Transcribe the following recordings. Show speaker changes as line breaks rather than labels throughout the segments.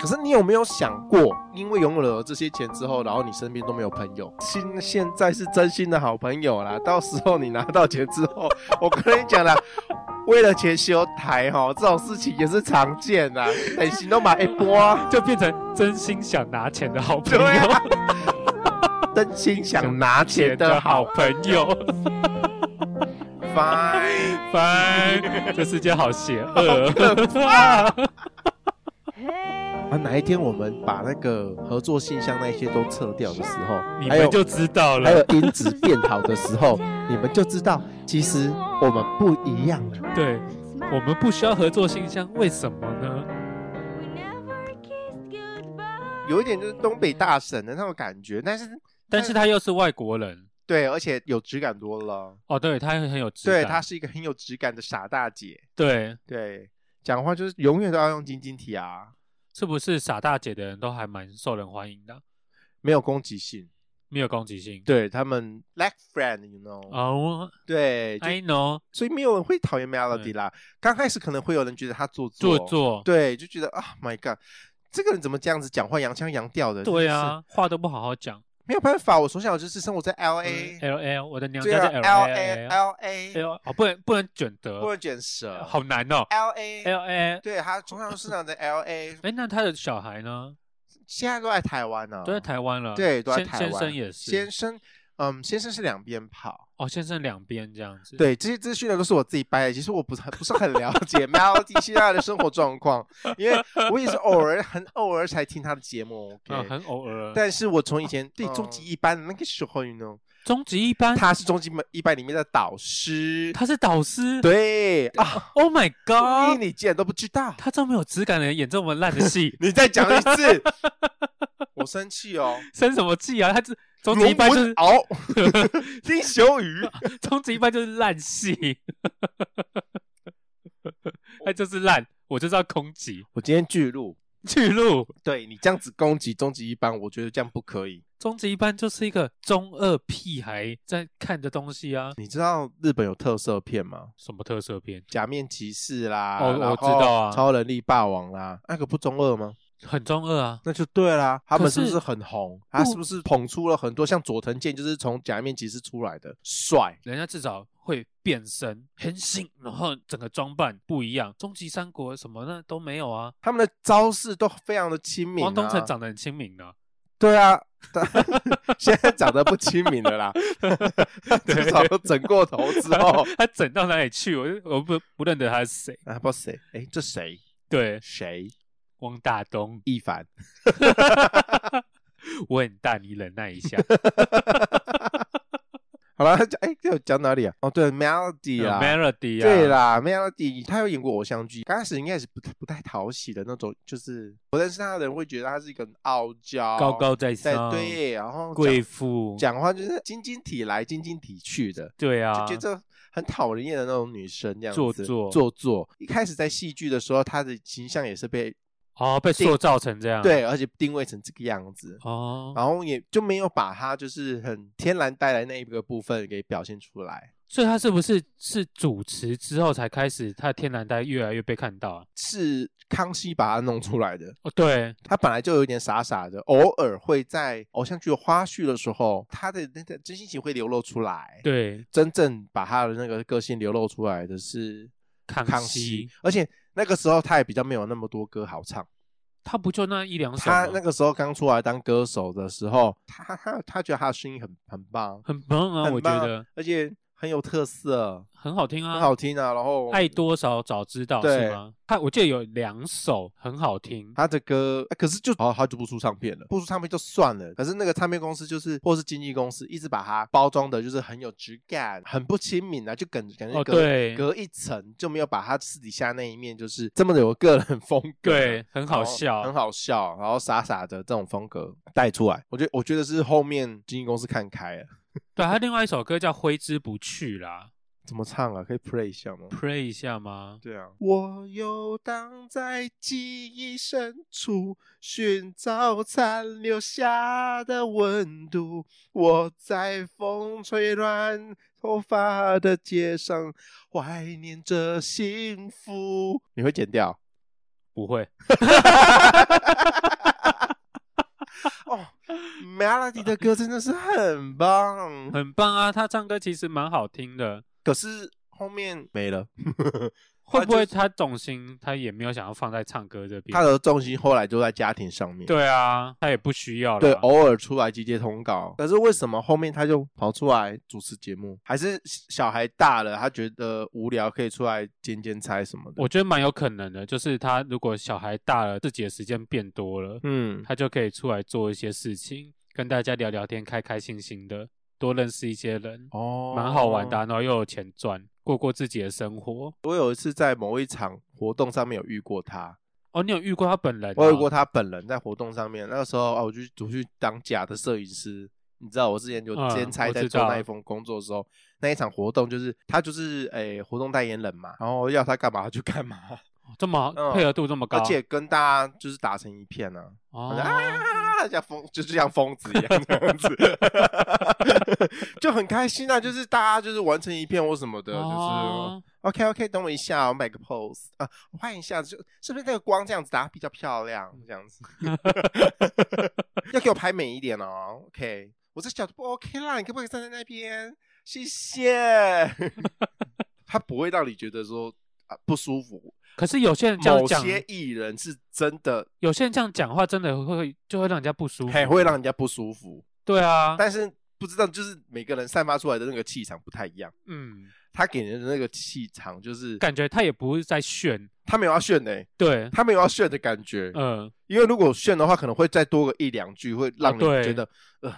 可是你有没有想过，因为拥有了这些钱之后，然后你身边都没有朋友，现现在是真心的好朋友啦。 到时候你拿到钱之后，我跟你讲啦，为了钱修台哈，这种事情也是常见啦。等行动买一波啊，
就变成真心想拿钱的好
对
朋友，
啊，真心想拿钱
钱的
的好
好朋 友，
翻。
翻，这世界好邪恶。
啊，哪一天我们把那个合作信箱那一些都撤掉的时候，
你
还有
们就知道
还有
了，
音质变好的时候，你们就知道其实我们不一样了。
对我们不需要合作信箱，为什么呢？
有一点就是东北大神的那种感觉，但是
但是他又是外国人，
对，而且有质感多了。
哦，对他很有质感，
对，她是一个很有质感的傻大姐。
对，
对，讲话就是永远都要用晶晶体啊，
是不是傻大姐的人都还蛮受人欢迎的，
没有攻击性。
没有攻击性。
对他们 like friend，you know？、
哦、
对，就
i know，
所以没有人会讨厌 Melody 啦。刚开始可能会有人觉得她做作，
做作，
对，就觉得啊、m y God，这个人怎么这样子讲话，洋腔洋调的？
对，啊，话都不好好讲。
没有办法，我从小就是生活在 L A，、
L 嗯 L，我的娘
对
家
啊
在哎 L
A
L
L A，
L，哦，不能不能卷
不
德，
能卷舌，
好难哦。
L A，
L A，
对，他从小就生长在 L A，
哎，那他的小孩呢？
现在都在台湾呢，
都在台湾了。
哦对，都在
先
台湾。
先生也是。
先生，嗯，先生是两边跑。
哦，先生两边这样子。，
对，这些资讯呢都是我自己掰的，其实我不是不是很了解 Melody 现在的生活状况，因为我也是偶尔很偶尔才听他的节目
嗯，
，OK。
很偶尔。
但是我从以前对终极
嗯
一班的那个时候，you know，
终极一班，
他是终极一班里面的导师，
他是导师。
对啊，
，Oh my
咦
God，
你竟然都不知道，，
他这么有质感的人演这么烂的戏
你再讲一次，我生气哦，
生什么气啊？他这终极一班就是
敖，啊 丁小雨，
终极一班就是烂戏，他就是烂， 我就是要攻击
我今天巨鹿，
去路。
对你这样子攻击终极一班，我觉得这样不可以。
终极一班就是一个中二屁孩在看的东西啊，
你知道日本有特色片吗？
什么特色片，
假面骑士啦，
哦
然后
我知道啊
超能力霸王啦，那个不中二吗？
很中二啊。
那就对啦，他们
可
是
是
不是很红？他
不
是不是捧出了很多像佐藤健，就是从假面骑士出来的帅？
人家至少会变身、很性，然后整个装扮不一样。终极三国什么那都没有啊，
他们的招式都非常的亲民、啊。
王东城长得很亲民啊，
对啊，但 现在长得不亲民了 啦，至少都整过头 之后
他整到哪里去？我就我不不认得他是谁。
啊，不知道谁？哎，这谁？
对，
谁？
汪大东，
一凡。
我很大，你忍耐一下。
好了， 哎，这有讲哪里啊？哦， 对，Melody 啦。
Melody 啊，
对，啦，Melody，她有演过偶像剧，刚开始应该是不太不太讨喜的那种，就是不认识她的人会觉得她是一个很傲娇、
高高在
在
上，
哦对，然后
贵妇，
讲讲话就是晶晶体来晶晶体去的，
对啊，
就觉得很讨人厌的那种女生，这样子
做作
做作。一开始在戏剧的时候，她的形象也是被、
哦被塑造成这样，
对，而且定位成这个样子，
啊哦，
然后也就没有把她就是很天然带来那一个部分给表现出来。
所以他是不是是主持之后才开始，他的天然呆越来越被看到啊？
是康熙把她弄出来的，
哦，对，
她本来就有点傻傻的，偶尔会在偶像剧的花絮的时候，她的那个真性情会流露出来。，
对，
真正把她的那个个性流露出来的是
康
康熙
熙，
而且那个时候她也比较没有那么多歌好唱。
他不就那一两首
他
吗？
那个时候刚出来当歌手的时候，他他他觉得他的声音很很棒，
很棒啊，
很
我
棒
觉得
而且很有特色，
很好听
很
啊。
好听啊。然后
爱多少早知道
对
是吗？他我记得有两首很好听，
他的歌，啊可是就好好久不出唱片了，不出唱片就算了。可是那个唱片公司就是或是经纪公司，一直把它包装的就是很有质感，很不亲民啊，就感感觉
哦，
隔、
对
隔一层，就没有把他私底下那一面就是这么的有个人风格。
对，很
然
好
后很
笑，
好笑，然后傻傻的这种风格带出来，我觉得我觉得是后面经纪公司看开了，
对他另外一首歌叫《挥之不去》啦
怎么唱啊？可以 play 一下吗？
，play 一下吗？
对啊，我游荡在记忆深处，寻找残留下的温度。我在风吹乱头发的街上，怀念着幸福。你会剪掉？
不会，
你哦的歌真的是很棒，
很棒啊！他唱歌其实蛮好听的，
可是后面没了，
会不会他重心他也没有想要放在唱歌这 边？
他的重心后来就在家庭上面。
对啊，他也不需要了。
对，哦偶尔出来接接通告，可是为什么后面他就跑出来主持节目？还是小孩大了，他觉得无聊，可以出来兼兼差什么的？
我觉得蛮有可能的，就是他如果小孩大了，自己的时间变多了，
嗯，
他就可以出来做一些事情，跟大家聊聊天，开开心心的，多认识一些人，
哦
蛮好玩的啊、然后又有钱赚，过过自己的生活。
我有一次在某一场活动上面有遇过他，
哦，你有遇过他本人、
我有遇过，他本人在活动上面。那个时候啊，我就我去当假的摄影师，你知道我之前就
嗯
兼差
我
在
知
做
道
那一份工作的时候，那一场活动就是他就是诶、活动代言人嘛，然后要他干嘛他就干嘛，
这么好、
嗯
配合度这么高，
而且跟大家就是打成一片啊。
哦
好像， 啊，像疯就是像疯子一样这样子， 就很开心啊，就是大家就是玩成一片或什么的，啊就是
哦
OK OK，等我一下，我买个 pose 啊，我换一下，就是不是那个光这样子打比较漂亮，这样子， 要给我拍美一点哦，OK，我这角度不 OK 啦，你可不可以站在那边？谢谢， 他不会让你觉得说啊不舒服，
可是有些人这样
某
讲，
些艺人是真的
有些人这样讲话真的会就会让人家不舒服，
很会让人家不舒服。
对啊，
但是不知道，就是每个人散发出来的那个气场不太一样。
嗯，
他给人的那个气场，就是
感觉他也不是在炫，
他没有要炫的、
对，
他没有要炫的感觉。
嗯、
因为如果炫的话，可能会再多个一两句，会让
啊
你
对
觉得，呃，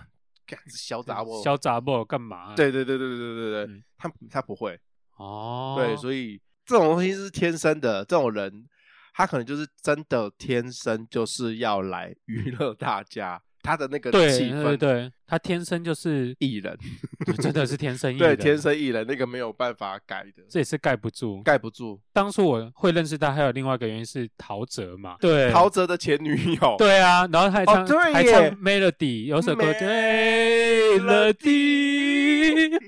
干这小杂货。
小杂货干嘛？，啊
对对对对对对对对
嗯，
他他不会。
哦，
对，所以这种东西是天生的，这种人他可能就是真的天生就是要来娱乐大家，他的那个
对
气
对
氛。
对，他天生就是
艺人，
真的是天生 异
对，
人
天生艺人那个没有办法改的，
这也是盖不住。
盖不住。
当初我会认识他，还有另外一个原因是陶喆嘛，对，
陶喆的前女友，
对啊，然后他还唱、
哦对
还
耶
唱 Melody，有首歌 Melody，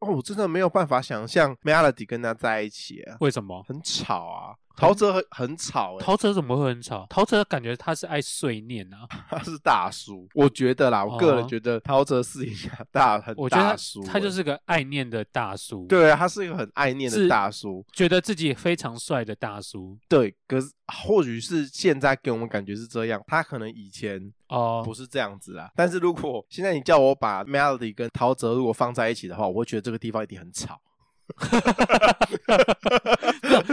哦，我真的没有办法想象 Melody 跟他在一起啊，
为什么？
很吵啊，陶喆很很吵、欸，
陶喆怎么会很吵？陶喆感觉他是爱碎念啊，
他是大叔，我觉得啦，我个人
哦
觉得陶喆私底下大很
我觉得
大
他
叔欸、
他就是个爱念的大叔，，
对啊，他是一个很爱念的
是
大叔，
觉得自己非常帅的大叔
对，可是或许是现在给我们感觉是这样，他可能以前
哦
不，是这样子啊啦，但是如果现在你叫我把 Melody 跟陶喆如果放在一起的话，我会觉得这个地方一定很吵。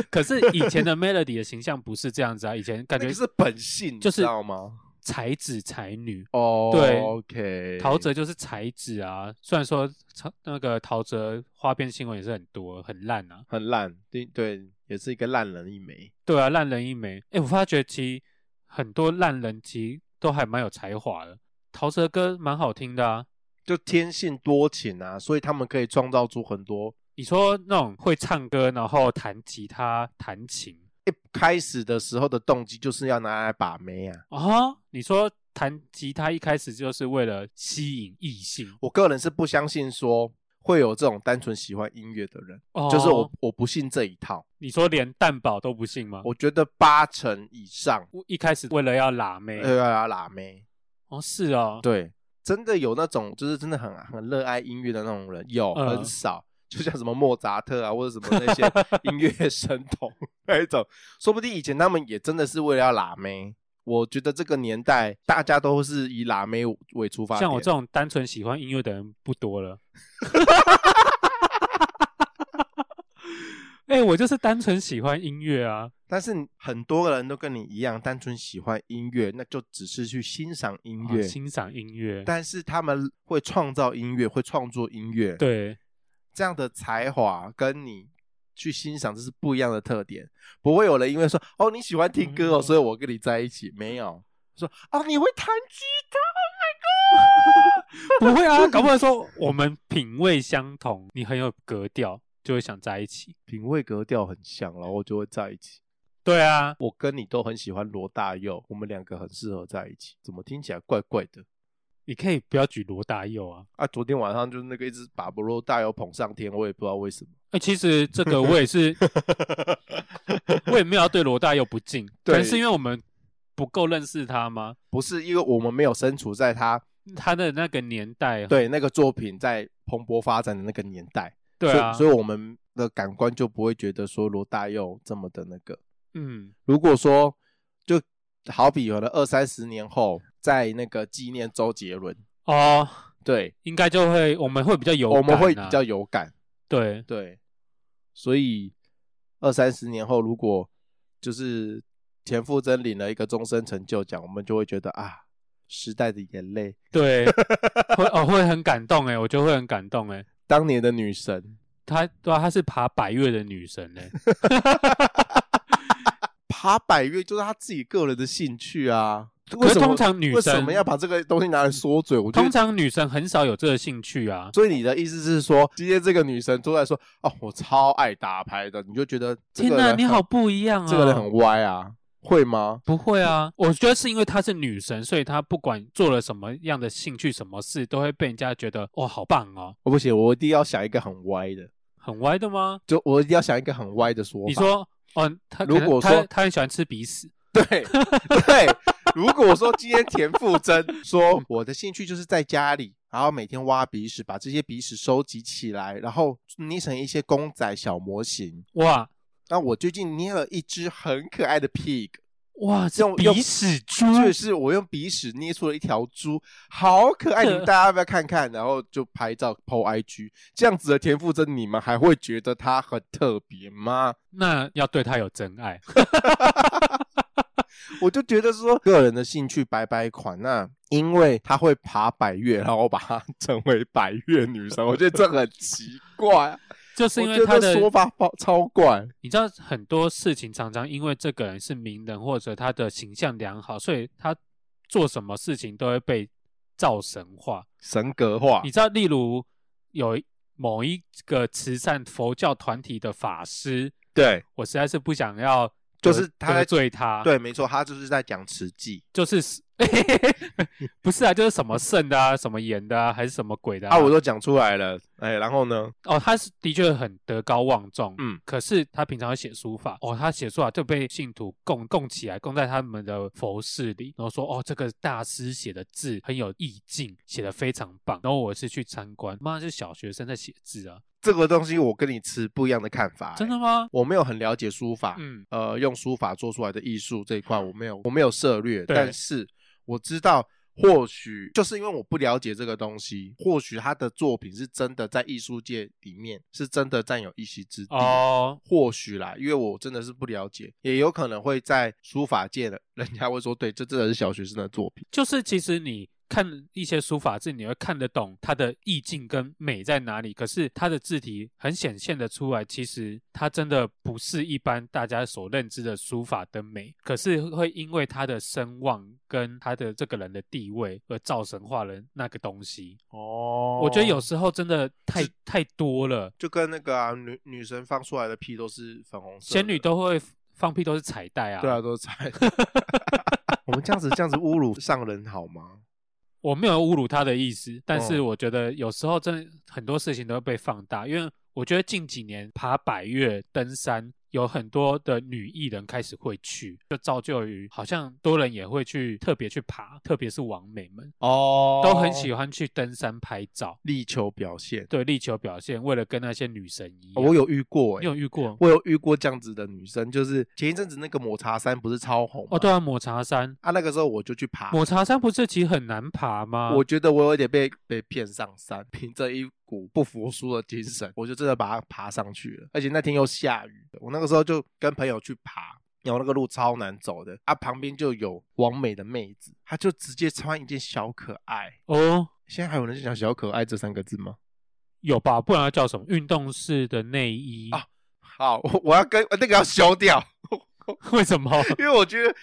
可是以前的 Melody 的形象不是这样子啊，以前感
那
觉
个是本性，
就
你知
是
道吗？
才子才女，
哦，
对
，OK，
陶喆就是才子啊。虽然说曹那个陶喆花边新闻也是很多，很烂啊，
很烂，对对，也是一个烂人一枚。
对啊，烂人一枚。哎，我发觉其实很多烂人其实都还蛮有才华的，陶喆歌蛮好听的啊。
就天性多情啊，所以他们可以创造出很多。
你说那种会唱歌，然后弹吉他、弹琴
一开始的时候的动机就是要拿来把妹啊。
啊、你说弹吉他一开始就是为了吸引异性，
我个人是不相信说会有这种单纯喜欢音乐的人，
哦
就是我我不信这一套。
你说连蛋堡都不信吗？
我觉得八成以上
我一开始为了要拉妹，
都要要拉妹。
哦，是哦，
对，真的有那种就是真的很很热爱音乐的那种人，有
嗯
很少。就像什么莫扎特啊，或者什么 那些音乐神童那一种，说不定以前他们也真的是为了要拉妹。我觉得这个年代大家都是以拉妹为出发点，
像我这种单纯喜欢音乐的人不多了。哎、我就是单纯喜欢音乐啊，
但是很多人都跟你一样，单纯喜欢音乐，那就只是去欣赏音
啊
乐。
欣赏音乐，
但是他们会创造音乐，会创作音乐，
对，
这样的才华跟你去欣赏，这是不一样的特点。不会有人因为说哦你喜欢听歌哦，
嗯
所以我跟你在一起。没有说哦你会弹吉
不会啊，搞不好说我们品味相同，你很有格调，就会想在一起。
他，品味格调很像，然后就会在一起。
对啊，
我跟你都很喜欢罗大佑，我们两个很适合在一起。怎么听起来怪怪的？
你可以不要举罗大佑啊。
啊，昨天晚上就是那个一直把罗大佑捧上天，我也不知道为什 么。，
哎、其实这个我也是我也没有要对罗大佑不敬，
对
可能是因为我们不够认识他吗？
不是因为我们没有身处在他
他的那个年代，
对那个作品在蓬勃发展的那个年代，
对啊，
所以所以我们的感官就不会觉得说罗大佑这么的那个。
嗯，
如果说就好比有了二三十年后，在那个纪念周杰伦，
哦，
对，
应该就会我们会比较有、啊
我们会比较有感，
对，
对，所以二三十年后，如果就是田馥甄领了一个终身成就奖，我们就会觉得啊，时代的眼泪，
对， 会哦会很感动哎，我觉得会很感动哎。
当年的女 神，
她对啊，她是爬百越的女神哎，
爬百越就是她自己个人的兴趣啊。
可
为
是
什么
通常女
为什
生
么要把这个东西拿来说嘴？我觉
通
得，
常女生很少有这个兴趣啊。
所以你的意思是说，今天这个女神出来说，哦，我超爱打牌的，你就觉得这个
天
人
你
很
好不一样啊！
这个人很歪啊，会吗？
不会啊，我觉得是因为她是女神，所以她不管做了什么样的兴趣、什么事，都会被人家觉得哇，好棒哦，
我不行，我一定要想一个很歪的，
很歪的吗？
就我一定要想一个很歪的说法。
你说，哦，她可能
如果
她
说
她很喜欢吃鼻屎，
对 对，如果说今天田馥甄说我的兴趣就是在家里，然后每天挖鼻屎，把这些鼻屎收集起来，然后捏成一些公仔小模型。
哇
那我最近捏了一只很可爱的 pig，
哇，是
用用
鼻屎猪，
就是我用鼻屎捏出了一条猪，好可爱！你 们大家要不要看看？然后就拍照 PO IG，这样子的田馥甄，你们还会觉得它很特别吗？
那要对她有真爱。
我就觉得说，个人的兴趣百百款，那因为他会爬百越，然后我把她成为百越女神，我觉得这很奇怪啊，
就是因
我
为
觉
她
得
的
这说法超超怪。
你知道很多事情常常因为这个人是名人或者他的形象良好，所以他做什么事情都会被造神化。
神格化
你，知道，例如有某一个慈善佛教团体的法师，
对
我实在是不想要
就
得，
是他在
得罪他，，
对，没错，他就是在讲慈济
就是 不是啊，就是什么圣的啊，什么盐的啊，还是什么鬼的
啊，我都讲出来了，哎，然后呢，
哦，他是的确很德高望重，
嗯，
可是他平常会写书法，哦，他写书法就被信徒供供起来，供在他们的佛寺里，然后说，哦，这个大师写的字很有意境，写的非常棒。然后我是去参观，妈就是小学生在写字啊，
这个东西我跟你持不一样的看法、
真的
哎
吗？
我没有很了解书法，
嗯，
呃，用书法做出来的艺术这一块，我没有，我没有涉略，
对
但是我知道，或许就是因为我不了解这个东西，或许他的作品是真的在艺术界里面是真的占有一席之地。
哦，
或许啦，因为我真的是不了解，也有可能会在书法界的 人家会说，对，这真的是小学生的作品。
就是其实你看一些书法字，你会看得懂它的意境跟美在哪里，可是它的字体很显现的出来，其实它真的不是一般大家所认知的书法的美，可是会因为他的声望跟他的这个人的地位而造神化了那个东西。
哦
我觉得有时候真的太太多了，
就跟那个啊，女女神放出来的屁都是粉红色的，
仙女都会放屁都是彩带啊。
对啊，，都是菜。 我们这样子这样子侮辱上人好吗？
我没有侮辱他的意思，但是
哦
我觉得有时候真的很多事情都会被放大，因为我觉得近几年爬百越、登山，有很多的女艺人开始会去，就造就于好像多人也会去特别去爬，特别是王美们
哦
都很喜欢去登山拍照，
力求表现。
对，力求表现，为了跟那些女神一样。
我有遇过、
你
欸，
有遇过？
我有遇过这样子的女生，就是前一阵子那个抹茶山不是超红吗
哦，对啊，抹茶山，
啊，那个时候我就去爬，
抹茶山不是其实很难爬吗？
我觉得我有点被被骗上山，凭着一股不服输的精神，我就真的把它爬上去了。而且那天又下雨，我那个时候就跟朋友去爬。然后那个路超难走的啊，旁边就有完美的妹子，她就直接穿一件小可爱。
哦
现在还有人讲小可爱这三个字吗？
有吧，不然要叫什么运动式的内衣？
啊好，我我要跟那个要消掉，
为什么？
因为我觉得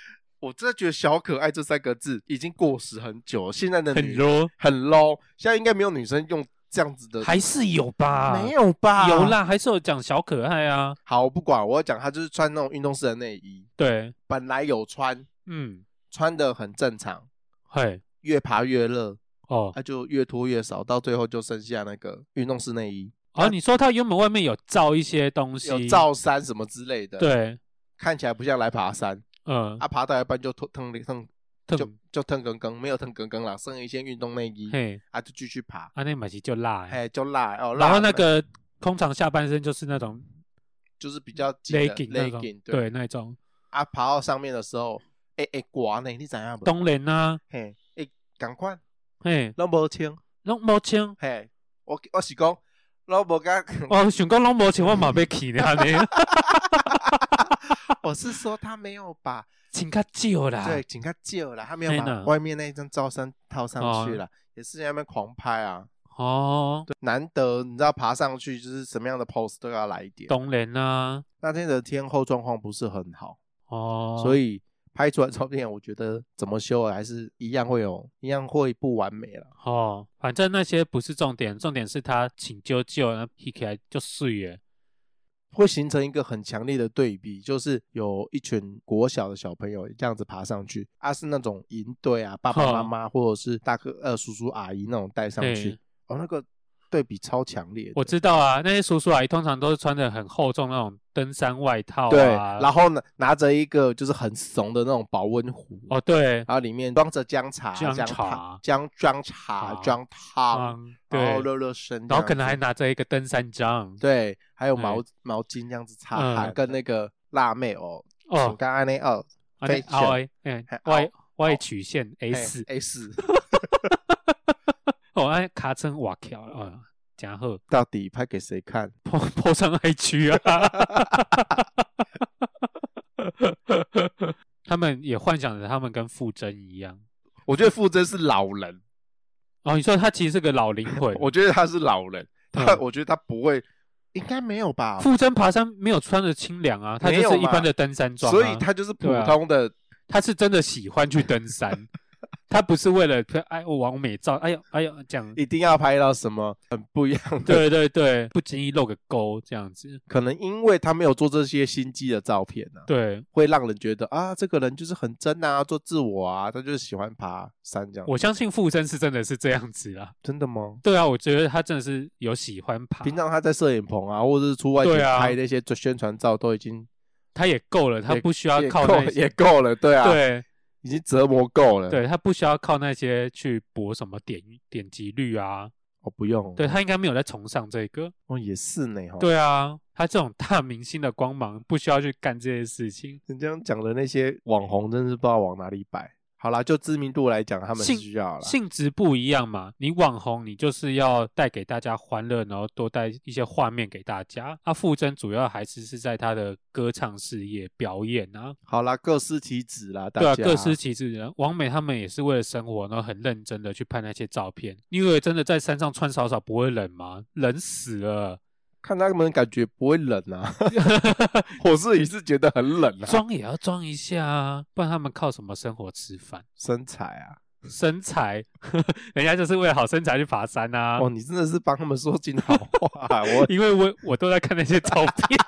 我真的觉得“小可爱”这三个字已经过时很久了，现在的
很
女
low。
很 low，现在应该没有女生用这样子的，
还是有吧？
没、有吧？
有。啦，还是有讲小可爱啊。
好，我不管，我要讲她就是穿那种运动式的内衣，
对，
本来有穿，
嗯，
穿的很正常，
嘿，
越爬越热，
哦，
她就越脱越少，到最后就剩下那个运动式内衣，
哦，你说他原本外面有罩一些东西，
有罩衫什么之类的，，
对，
看起来不像来爬山。
嗯，
啊，爬到一半就脱腾腾就
疼
就腾根根，没有腾根根啦，剩一件运动内衣，
嘿，
啊，就继续爬，
啊，那马西就辣欸，
哎，就辣哦，
然后
辣的
那个通常下半身就是那种
就是比较紧的
legging 那种
legging，，
对，那种
啊，爬到上面的时候，哎哎刮呢，你怎样不？
冬莲啊，
嘿，哎，赶快，
嘿，
拢无清，
拢无穿，
嘿，我我是讲，拢无甲，
我想讲拢无穿，我嘛要去呢，安尼
我是说他没有把
穿较少啦，
对，请他救了，他没
啊嘿
有把
呐
外面那一张罩衫套上去
哦
了，也是在那边狂拍啊，
哦，
难得你知道爬上去就是什么样的 pose 都要来一点。
冬莲啊，
那天的天后状况不是很好，
哦，
所
以
以拍出来照片，我觉得怎么修啊还是一样会有，一样会不完美了。
哦，反正那些不是重点，重点是他请舅舅，然后 P 起来就碎耶，
会形成一个很强烈的对比，就是有一群国小的小朋友这样子爬上去，啊是那种营队啊，爸爸妈妈或者是大哥呃叔叔阿姨那种带上去
对，
哦那个对比超强烈的。
我知道啊，那些叔叔阿姨通常都是穿的很厚重那种登山外套
对，
啊，
然后呢，拿着一个就是很怂的那种保温壶，
哦对，
然后里面装着姜茶、
姜
姜
茶
汤、姜姜茶、
啊
姜汤，
嗯，
然后
对，
热热身这样子，
然后可能还拿着一个登山杖，
对，还有
哎
毛毛巾这样子擦
嗯
汗，跟那个辣妹哦，
哦，
刚刚那哦
啊，
飞
那
旋
R A，嗯
嘿哎 R-
，Y
哦哎
Y 曲线 A 四，
A 四
哦，啊，卡称哇翘，哦，真好，
到底拍给谁看？
破破上 IG 啊。 他们也幻想着他们跟傅征一样。
我觉得傅征是老人，
哦，你说他其实是个老灵魂。
我觉得他是老人，他
嗯
我觉得他不会，应该没有吧，
傅征爬山没有穿着清凉啊，他
没
就
有
是一
嘛
般的登山装、啊，
所以他就是普
对啊
通的
他是真的喜欢去登 山，他不是为了哎我完美照，哎呦哎呦这样。
一定要拍到什么很不一样的。
对对对，不经意露个沟这样子，
可能因为他没有做这些心机的照片呢、啊，
对，
会让人觉得啊，这个人就是很真啊，做自我啊，他就是喜欢爬山这样。
我相信傅征是真的是这样子啦。
真的吗？
对啊，我觉得他真的是有喜欢爬，
平常他在摄影棚啊，或者是出外景
对啊
拍那些宣传照，都已经
他也够了，他
也
不需要
也
靠
够
那
也
些，
够了，对啊，，
对
已经折磨够了。，
对，他不需要靠那些去博什么点点击率啊。
哦，不用，
对，他应该没有在崇尚这个。
哦，也是呢，哈。，
对啊，他这种大明星的光芒不需要去干这些事情。
你这样讲的那些网红，真是不知道往哪里摆。好啦，就知名度来讲，他们是
性
需要啦。
性质不一样嘛，你网红你就是要带给大家欢乐，然后多带一些画面给大家。啊，傅征主要还是是在他的歌唱事业表演啊，
好啦，各司其职啦，大
对啊，
家。
各司其职。王美他们也是为了生活，然后很认真的去拍那些照片。你以为真的在山上穿少少不会冷吗？冷死 了，
看他们感觉不会冷啊， 我自己是觉得很冷啊，
装也要装一下啊，不然他们靠什么生活吃饭？
身材啊。
身材， 人家就是为了好身材去爬山啊。
哦，你真的是帮他们说尽好话啊， 我
因为我我都在看那些照 片。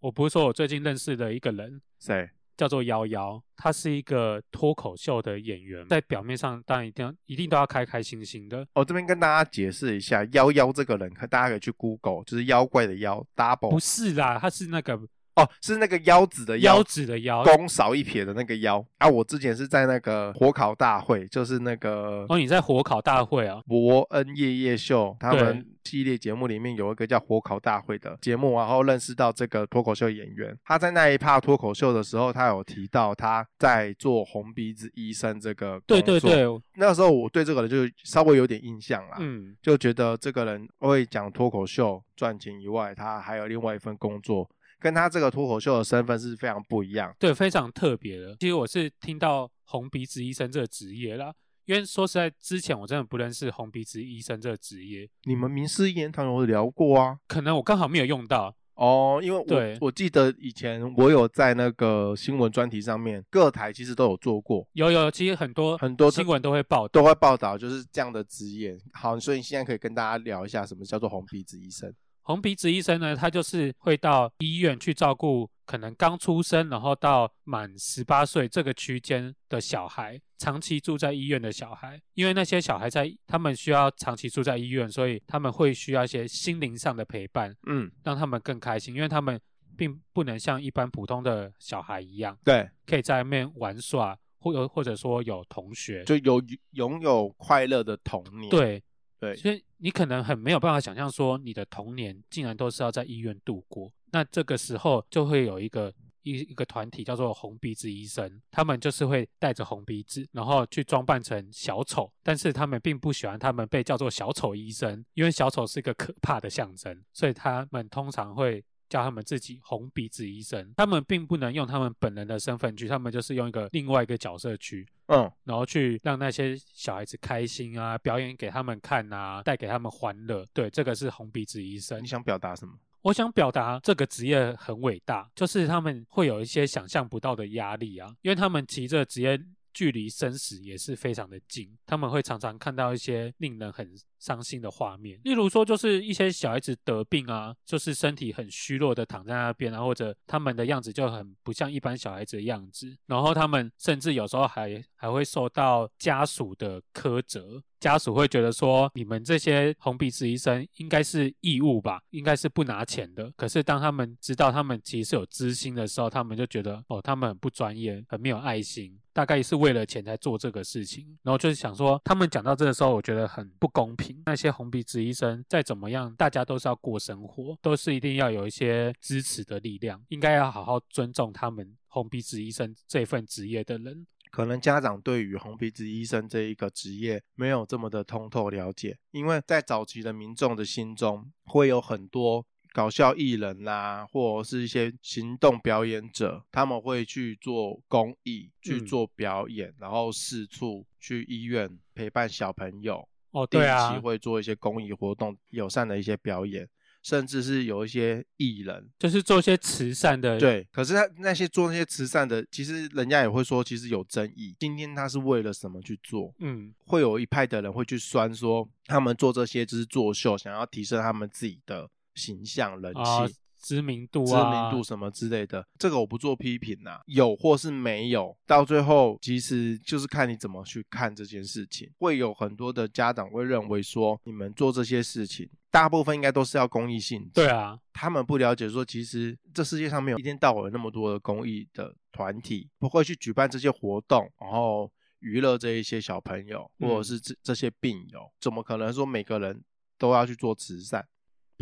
我不是说我最近认识的一个人，
谁？
叫做瑶瑶，她是一个脱口秀的演员，在表面上当然一定要一定都要开开心心的，
哦我、这边跟大家解释一下，妖妖这个人，可大家可以去 Google，就是妖怪的妖
不
，double
是啦，她是那个
哦，是那个腰子的
腰
腰，
子的腰。
弓少一撇的那个腰啊。我之前是在那个火烤大会，就是那个
哦，你在火烤大会啊？
伯恩夜夜秀他
对
们系列节目里面有一个叫火烤大会的节目，然后认识到这个脱口秀演员。他在那一趴脱口秀的时候，他有提到他在做红鼻子医生这个
对
工
对
作，
对，
那时候我对这个人就稍微有点印象啦。
嗯，
就觉得这个人会讲脱口秀赚钱以外，他还有另外一份工作，跟他这个脱口秀的身份是非常不一样。
对，非常特别的。其实我是听到红鼻子医生这个职业啦，因为说实在，之前我真的不认识红鼻子医生这个职业，
你们名师研堂有聊过啊？
可能我刚好没有用到。
哦，因为
对
我我记得以前我有在那个新闻专题上面，各台其实都有做过，
有有，其实很多
很多
新闻都会报道。
都会报道就是这样的职业。好，所以你现在可以跟大家聊一下什么叫做红鼻子医生。
红鼻子医生呢，他就是会到医院去照顾可能刚出生，然后到满十八岁这个区间的小孩，长期住在医院的小孩，因为那些小孩在他们需要长期住在医院，所以他们会需要一些心灵上的陪伴，
嗯，
让他们更开心，因为他们并不能像一般普通的小孩一样，
对，
可以在外面玩耍，或者或者说有同学。
就有拥有快乐的童年。
对，
对
所以你可能很没有办法想象说你的童年竟然都是要在医院度过。那这个时候就会有一个一一个团体叫做红鼻子医生，他们就是会带着红鼻子，然后去装扮成小丑，但是他们并不喜欢他们被叫做小丑医生，因为小丑是一个可怕的象征，所以他们通常会。叫他们自己红鼻子医生，他们并不能用他们本人的身份去，他们就是用一个另外一个角色去。
嗯，
然后去让那些小孩子开心啊，表演给他们看啊，带给他们欢乐。对，这个是红鼻子医生
你。想表达什么？
我想表达这个职业很伟大，就是他们会有一些想象不到的压力啊，因为他们骑着职业。距离生死也是非常的近，他们会常常看到一些令人很伤心的画面，例如说就是一些小孩子得病啊，就是身体很虚弱的躺在那边啊，或者他们的样子就很不像一般小孩子的样子，然后他们甚至有时候还还会受到家属的苛责。家属会觉得说，你们这些红鼻子医生应该是义务吧，应该是不拿钱的。可是当他们知道他们其实是有知心的时候，他们就觉得哦，他们很不专业，很没有爱心，大概是为了钱才做这个事情。然后就是想说，他们讲到这的时候，我觉得很不公平。那些红鼻子医生再怎么样，大家都是要过生活，都是一定要有一些支持的力量，应该要好好尊重他们红鼻子医生这份职业的人。
可能家长对于红鼻子医生这一个职业没有这么的通透了解，因为在早期的民众的心中会有很多搞笑艺人啦、或者是一些行动表演者，他们会去做公益、去
嗯
做表演，然后四处去医院陪伴小朋友，
哦，
定
对啊
期，会做一些公益活动、友善的一些表演，甚至是有一些艺人
就是做一些慈善的
对，可是他那些做那些慈善的，其实人家也会说，其实有争议。今天他是为了什么去做？
嗯
会有一派的人会去酸说，他们做这些只是作秀，想要提升他们自己的形象、人气、
啊，知名度
知
啊，
名度什么之类的。这个我不做批评啊，有或是没有，到最后其实就是看你怎么去看这件事情。会有很多的家长会认为说，你们做这些事情，大部分应该都是要公益性质。
对啊，
他们不了解说，其实这世界上没有一天到晚有那么多的公益的团体，不会去举办这些活动，然后娱乐这一些小朋友
嗯
或者是这这些病友，怎么可能说每个人都要去做慈善？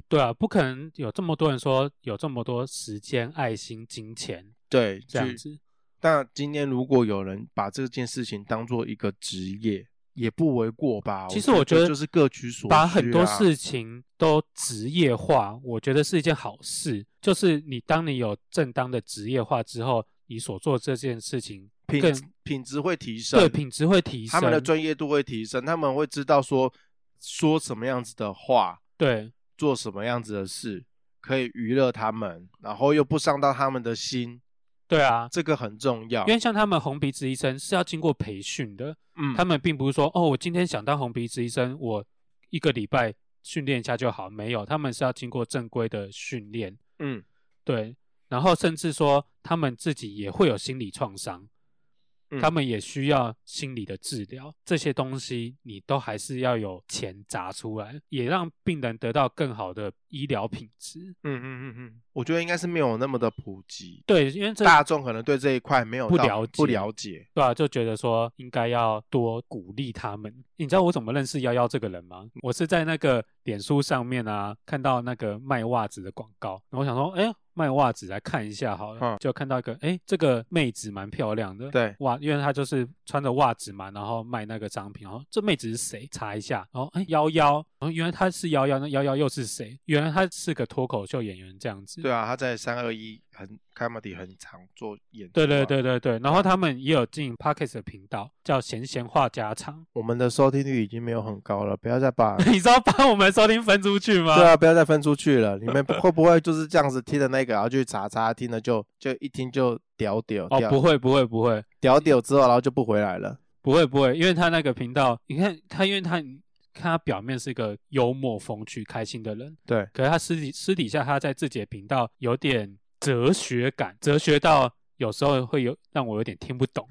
对啊，不可能有这么多人说有这么多时间、爱心、金钱
对，
这样
去
子。
那今天如果有人把这件事情当做一个职业，也不为过吧？
其实我觉得
就是各取所需、啊，
把很多事情都职业化，我觉得是一件好事。就是你当你有正当的职业化之后，你所做这件事情
品
更
品质会提升，
对品质会提升，
他们的专业度会提升，他们会知道说说什么样子的话，
对
做什么样子的事，可以娱乐他们，然后又不伤到他们的心，
对啊。
这个很重要。
因为像他们红鼻子医生是要经过培训的，
嗯
他们并不是说哦，我今天想当红鼻子医生，我一个礼拜训练一下就好。没有，他们是要经过正规的训练，
嗯
对。然后甚至说他们自己也会有心理创伤，
嗯
他们也需要心理的治疗。这些东西你都还是要有钱砸出来，也让病人得到更好的医疗品质。
嗯嗯嗯嗯，我觉得应该是没有那么的普及，
对，因为这
大众可能对这一块没有
不
到
了
不
解
了解。
对啊，就觉得说应该要多鼓励他们。你知道我怎么认识幺幺这个人吗？我是在那个脸书上面啊，看到那个卖袜子的广告，然后我想说，哎，卖袜子来看一下好了，
嗯
就看到一个，哎，这个妹子蛮漂亮的，
对
哇，因为她就是穿着袜子嘛，然后卖那个商品，然后这妹子是谁？查一下，然后哎，幺幺，然后原来她是幺幺，那幺幺又是谁？原来她是个脱口秀演员这样子，
对啊，他在三二一很 comedy 很常做演出、啊
对对，对对对，
嗯
然后他们也有经营 Pockets 的频道，叫闲闲话家常。
我们的收听率已经没有很高了，不要再 把
你知道把我们收听分出去吗？
对啊，不要再分出去了。你们会不会就是这样子听的那个，然后去查查，听了就就一听就屌屌
哦，
掉
不会不会不会
屌屌之后，然后就不回来了？
不会不会，因为他那个频道，你看他，因为他你看他表面是个幽默风趣、开心的人，
对，
可是他私底私底下他在自己的频道有点哲学感，哲学到有时候会有让我有点听不懂。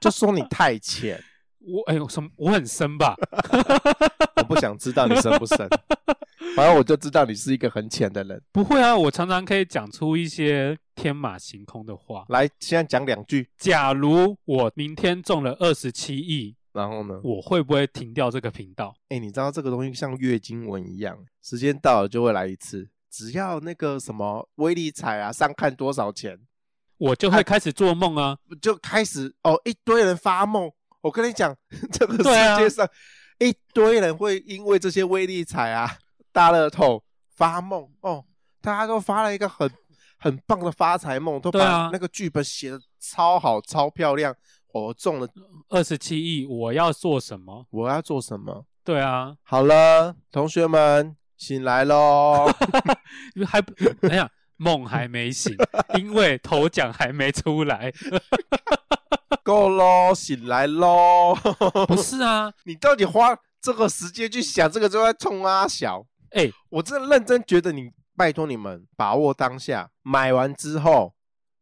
就说你太浅，
我哎呦什么？我很深吧？
我不想知道你深不深，反正我就知道你是一个很浅的人。
不会啊，我常常可以讲出一些天马行空的话。
来，现在讲两句，
假如我明天中了二十七亿，
然后呢？
我会不会停掉这个频道？
哎，你知道这个东西像月经文一样，时间到了就会来一次。只要那个什么威力彩啊，上看多少钱，
我就会开始做梦啊！
就开始哦，一堆人发梦。我跟你讲， 这个
对啊
世界上、一堆人会因为这些威力彩啊、 大乐透发梦哦，大家都发了一个很很棒的发财梦，都
对啊
把那个剧本写的超好、超漂亮。我中了，
二十七亿，我要做什么？
我要做什么？
对啊，
好了，同学们醒来喽！
因为还不 哎呀，梦还没醒，因为头奖还没出来。
够喽，醒来喽！
不是啊，
你到底花这个时间去想这个，就在冲啊小？
哎
我真的认真觉得你，拜托你们把握当下，买完之后，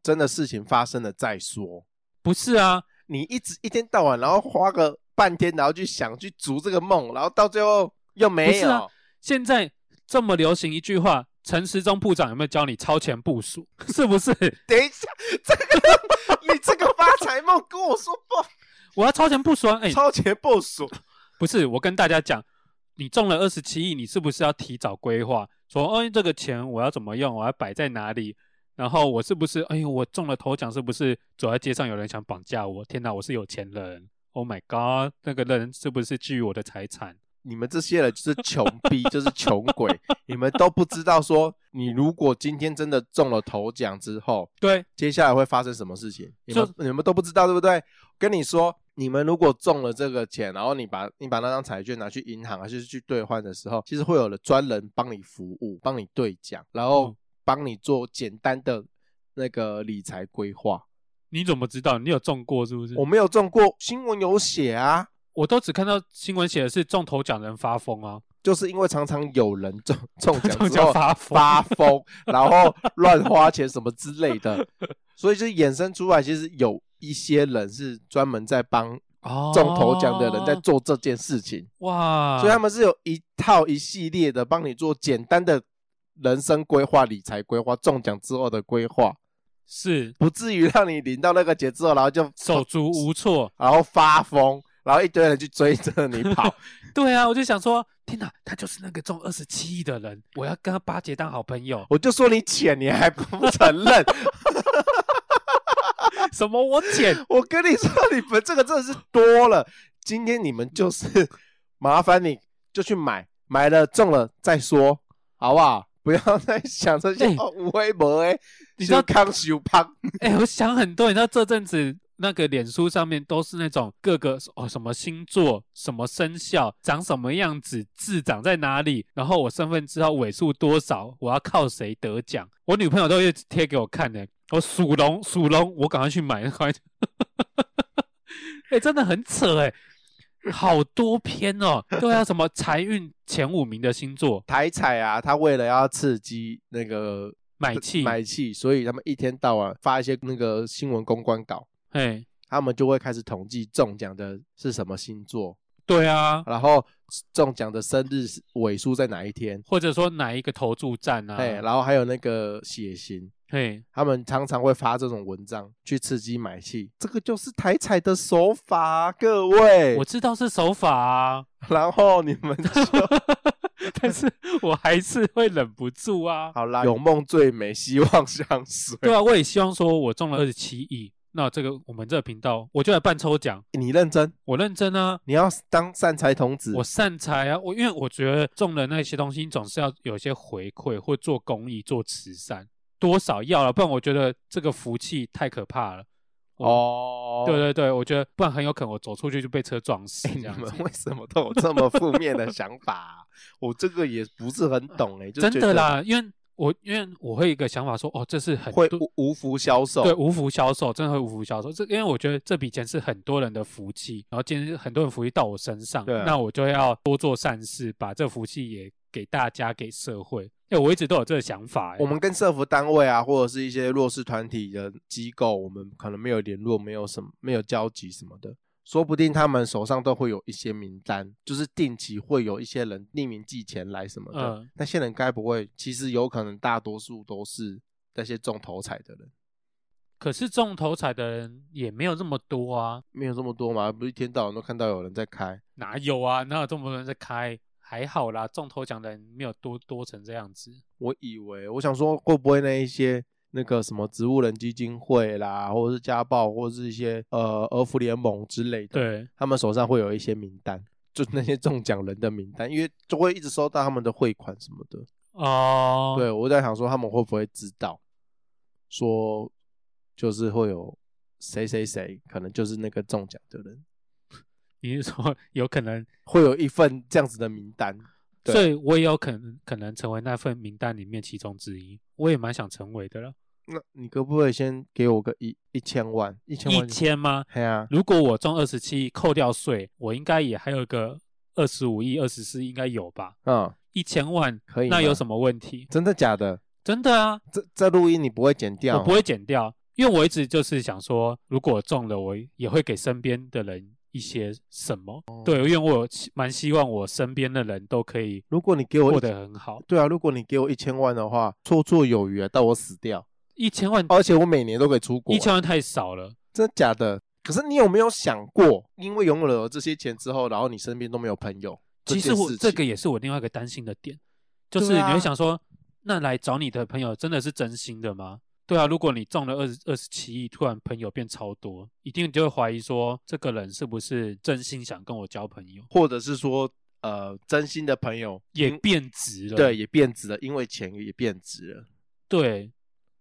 真的事情发生了再说。
不是啊，
你一直一天到晚，然后花个半天，然后去想去逐这个梦，然后到最后又
不
没
是
有。
啊现在这么流行一句话，陈时中部长有没有教你超前部署？ 是不是？
等一下， 这个你这个发财梦跟我说不
我要超前部署啊！哎、
超前部署，
不是，我跟大家讲，你中了二十七亿，你是不是要提早规划？说，哦，这个钱我要怎么用？我要摆在哪里？然后我是不是，哎呦，我中了头奖，是不是走在街上有人想绑架我？天哪，我是有钱人！Oh my god，那个人是不是觊觎我的财产？
你们这些人就是穷逼，就是穷鬼，你们都不知道说，你如果今天真的中了头奖之后，
对，
接下来会发生什么事情，你
就
们你们都不知道，对不对？跟你说，你们如果中了这个钱，然后你把你把那张彩券拿去银行，还是去兑换的时候，其实会有了专人帮你服务，帮你兑奖，然后
嗯
帮你做简单的那个理财规划。
你怎么知道？你有中过是不是？
我
我
没有中过，新闻有写啊，
我都只看到新闻写的是中头奖人发疯啊，
就是因为常常有人 中中
中
奖之
奖
后
发疯，
发 疯，然后乱花钱什么之类的，所以就衍生出来，其实有一些人是专门在帮
哦
中头奖的人在做这件事情，
哇，
所以他们是有一套一系列的帮你做简单的人生规划、理财规划、中奖之后的规划，
是
不至于让你领到那个钱之后，然后就
手足无措。
然后发疯，然后一堆人去追着你跑。。
对啊，我就想说，天哪，他就是那个中二十七亿的人，我要跟他巴结当好朋友
我就说你浅，你还不承认？
什么我捡？
我跟你说，你们这个真的是多了。今天你们就是麻烦你，就去买，买了中了再说，好不好？不要再想这些
哎
哦，无微博哎，
你知道
康修胖，
哎、我想很多，你知道这阵子那个脸书上面都是那种各个哦什么星座、什么生肖、长什么样子、字长在哪里，然后我身份证号尾数多少，我要靠谁得奖。我女朋友都会贴给我看呢、我属龙，属龙，我赶快去买，赶 快去。哎、真的很扯哎、好多篇哦。对啊，什么财运前五名的星座，
台彩啊，他为了要刺激那个
买气，
买气，所以他们一天到晚发一些那个新闻公关稿，
哎，
他们就会开始统计中奖的是什么星座，
对啊，
然后中奖的生日是尾数在哪一天，
或者说哪一个投注站啊？
哎、然后还有那个血型。
嘿，
他们常常会发这种文章去刺激买气，这个就是台彩的手法啊、各位
我。知道是手 法啊，
然后你们 就
但是我还是会忍不住啊。
好啦，有梦最美，希望相随。
对啊，我也希望说我中了二十七亿，那这个我们这个频道我就来办抽奖，
你认真，
我认真啊，
你要当善财童子
我。善财啊，我因为我觉得中了那些东西，你总是要有一些回馈或做公益、做慈善，多少要了，不然我觉得这个福气太可怕了。
哦，
对对对，我觉得不然很有可能我走出去就被车撞死
哎，
这
你
样子
们。为什么都有这么负面的想法啊、 我这个也不是很懂哎、就
真
觉
的
得
啦，因为我因为我会有一个想法说，哦，这是很
会
多
无无福消受。
对，无福消受，真的会无福消受。这因为我觉得这笔钱是很多人的福气，然后今天很多人福气到我身上，
对啊
那我就要多做善事，把这福气也给大家，给社会。哎、我一直都有这个想法、哎
我们跟社服单位啊，或者是一些弱势团体的机构，我们可能没有联络，没有什么，没有交集什么的，说不定他们手上都会有一些名单，就是定期会有一些人匿名寄钱来什么的。
嗯
那些人该不会，其实有可能大多数都是那些中头彩的人，
可是中头彩的人也没有这么多啊，
没有这么多嘛？不是一天到晚都看到有人在开，
哪有啊？哪有这么多人在开？还好啦，中头奖的人没有多多成这样子。
我以为我想说会不会那一些。那个什么植物人基金会啦，或者是家暴，或者是一些呃儿福联盟之类的，
对，
他们手上会有一些名单，
嗯
就是那些中奖人的名单，因为就会一直收到他们的汇款什么的。
哦，
对我在想说，他们会不会知道，说就是会有谁谁谁，可能就是那个中奖的人，
你是说有可能？
会有一份这样子的名单。 对
所以我也有可能可能成为那份名单里面其中之一，我也蛮想成为的了。
那你可不可以先给我个一一千万，一千
一
万？？
千吗？
嘿啊，
如果我中二十七，扣掉税，我应该也还有个二十五亿、二十四，应该有吧？
嗯，
一千万，
可以吗。
那有什么问题？
真的假的？
真的啊，
这这录音你不会剪掉？
我不会减掉，因为我一直就是想说，如果我中了，我也会给身边的人一些什么。
哦
对，因为我有希蛮希望我身边的人都可以
如果你给我
过
一
得很好。
对啊，如果你给我一千万的话，绰绰有余啊，到我死掉。
一千万，
而且哦我每年都可以出国、啊
一千万太少了。
真的假的？可是你有没有想过，因为拥有了这些钱之后，然后你身边都没有朋友？
其实
件
我
事
这
情
个也是我另外一个担心的点，就是
对
你
啊
会想说，那来找你的朋友真的是真心的吗？对啊，如果你中了二十二十七亿，突然朋友变超多，一定就会怀疑说这个人是不是真心想跟我交朋友，
或者是说，呃，真心的朋友
也
因
变质了。
嗯对也变质了，因为钱也变质了。
对，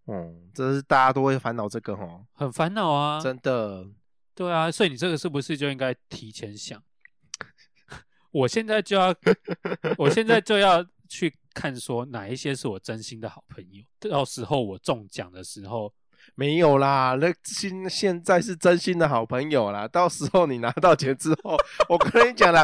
嗯，这是大家都会烦恼这个哈，
很烦恼啊。
真的。
对啊，所以你这个是不是就应该提前想？ 我现在就要，我现在就要去看说哪一些是我真心的好朋友。到时候我中奖的时候，
没有啦，那现现在是真心的好朋友啦。到时候你拿到钱之后，我跟你讲啦，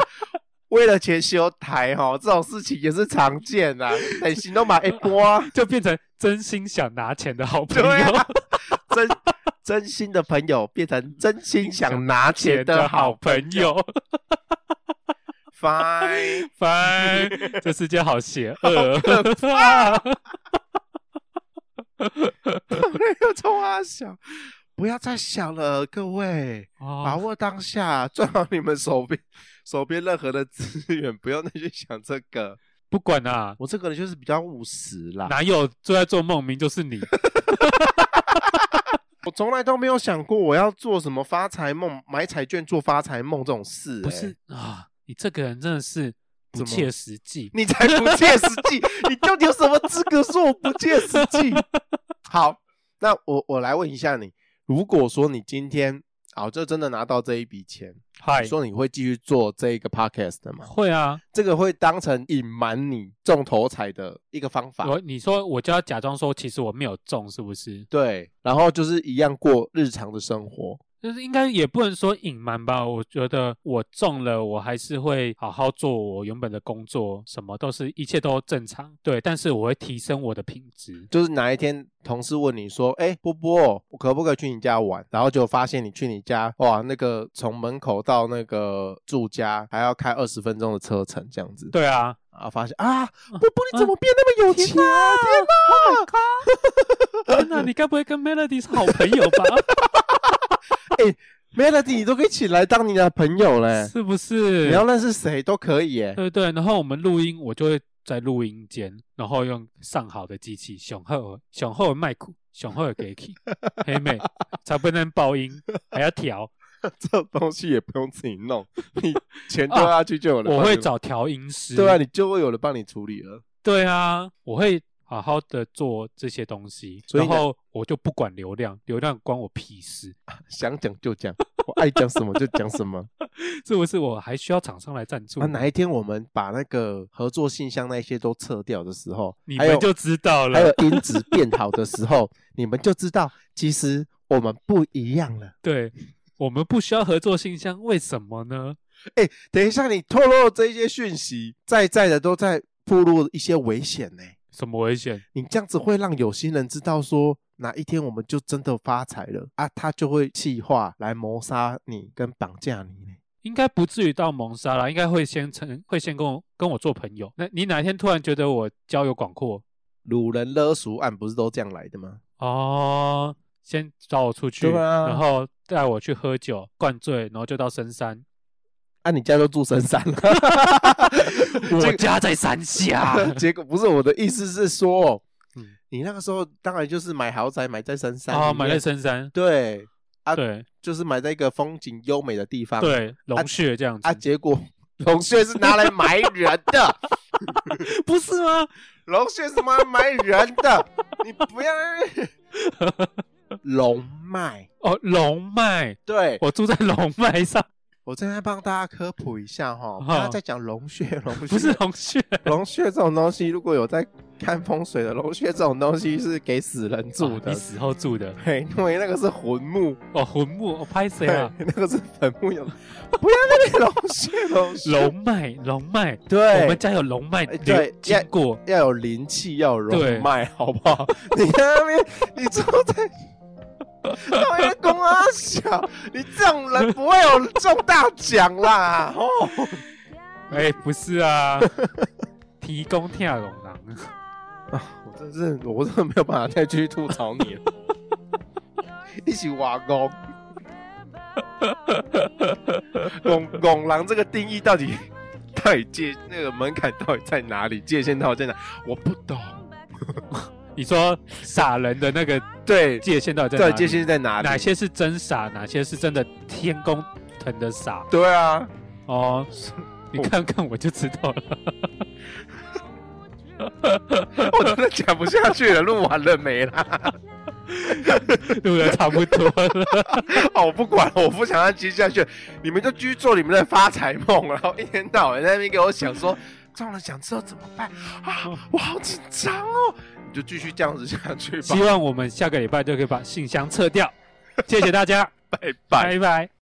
为了钱修台哈，这种事情也是常见啦。等行动买一波啊，
就变成真心想拿钱的好朋
对
友。
啊 真真心的朋友变成真心想拿钱
钱
的
的
好
好
朋
朋友，
，fine，
拜，这世界好邪恶。啊
又冲啊小，不要再想了，各位，把
哦，
握当下，赚好你们手边手边任何的资源，不要再去想这个。
不管啦、
我这个人就是比较务实啦，
哪有最爱做梦，明就是你。
我从来都没有想过我要做什么发财梦、买彩券做发财梦这种事、
不
欸
是啊，你这个人真的是不
怎么
切实际。
你才不切实际！你到底有什么资格说我不切实际？好，那我我来问一下你，如果说你今天好，就真的拿到这一笔钱，
嗨
你，说你会继续做这个 podcast 的吗？
会啊，
这个会当成隐瞒你中头彩的一个方法，
我你说我就要假装说，其实我没有中，是不是？
对，然后就是一样过日常的生活。
就是应该也不能说隐瞒吧。我觉得我中了，我还是会好好做我原本的工作，什么都是一切都正常。对，但是我会提升我的品质。
就是哪一天同事问你说：“哎、波波，我可不可以去你家玩？”然后就发现你去你家，哇，那个从门口到那个住家还要开二十分钟的车程，这样子。
对啊，
啊，发现啊，波波你怎么变那么有钱？
啊
天哪！
天哎哪，你该不会跟 Melody 是好朋友 吧？
Melody 你都可以请来当你的朋友嘞，
是不是？
哎你要认识谁都可以耶。
对对，然后我们录音，我就会在录音间，然后用上好的机器，雄厚雄厚的麦克，雄厚的 g a k y 黑妹才不能爆音，还要调，
这东西也不用自己 弄，你钱丢下去就有人帮你。
啊我会找调音师。
对啊，你就会有人帮你处理了。
对啊，我会好好的做这些东西，
所以
然
呢
后我就不管流量，流量关我屁事，
想讲就讲，我爱讲什么就讲什么。
是不是？我还需要厂商来赞助
啊，，哪一天我们把那个合作信箱那些都撤掉的时候，
你
还有
们就知道
还有
了。
音质变好的时候，你们就知道其实我们不一样了。
对，我们不需要合作信箱，为什么呢？
等一下，你透露这些讯息，在在的都在步入一些危险呢、
什么危险？
你这样子会让有心人知道说哪一天我们就真的发财了啊，他就会气化来谋杀你跟绑架你呢。
应该不至于到谋杀啦，应该会先成，会先跟我跟我做朋友。那你哪一天突然觉得我交友广阔
掳人勒赎案不是都这样来的吗？
哦，先找我出去，
对啊
然后带我去喝酒灌醉，然后就到深山。
啊，你家都住深 山了，
我
这个
家在山 下，
结果不是我的意思是说，
嗯
你那个时候当然就是买豪宅，买在深山里
哦，
面
买在深山，
对，啊
对
就是买在一个风景优美的地方。
对，龙穴这样子
啊，， 结果龙穴是拿来埋人 的，
不是吗？
龙穴是拿来埋人的，你不要龙脉。
哦，龙脉，
对，
我住在龙脉上，
我正在帮大家科普一下哈，
哦
大家在讲龙穴，龙穴
不是龙 穴，
龙穴这种东西，如果有在看风水的，龙穴这种东西是给死人住
哦
的
你，死后住的
对，因为那个是魂墓，
哦，魂墓，哦，拍谁
对
啊？
那个是坟墓有， 不要那边龙穴，龙穴，
龙脉，龙脉，我
对哎
们，家有龙脉流
对
经过，
要有灵气，要有
对
龙脉，好不好？ 你在那边，你坐在。 讨厌公阿小，你这种人不会有中大奖啦！哦，
哎，不是 啊，提供跳龙狼，
我真是，我真的没有办法再继续吐槽你了。一起挖工，拱拱狼这个定义到底到底界那个门槛到底在哪里？界限到底在哪？我不懂。
你说傻人的那个
对
界限到底在
对，
哪里？
界限在哪里？
哪些是真傻，哪些是真的天公疼的傻
对啊，
哦？你看看我就知道了。
我真的讲不下去了，录完了没啦？
录的差不多了，
哦，我不管了，我不想要继续下去了，你们就继续做你们的发财梦，然后一天到晚在那边给我想说中了奖之后怎么办啊？我好紧张哦，你就继续这样子下去吧
希，望我们下个礼拜就可以把信箱撤掉。谢谢大家，
拜拜。
拜拜。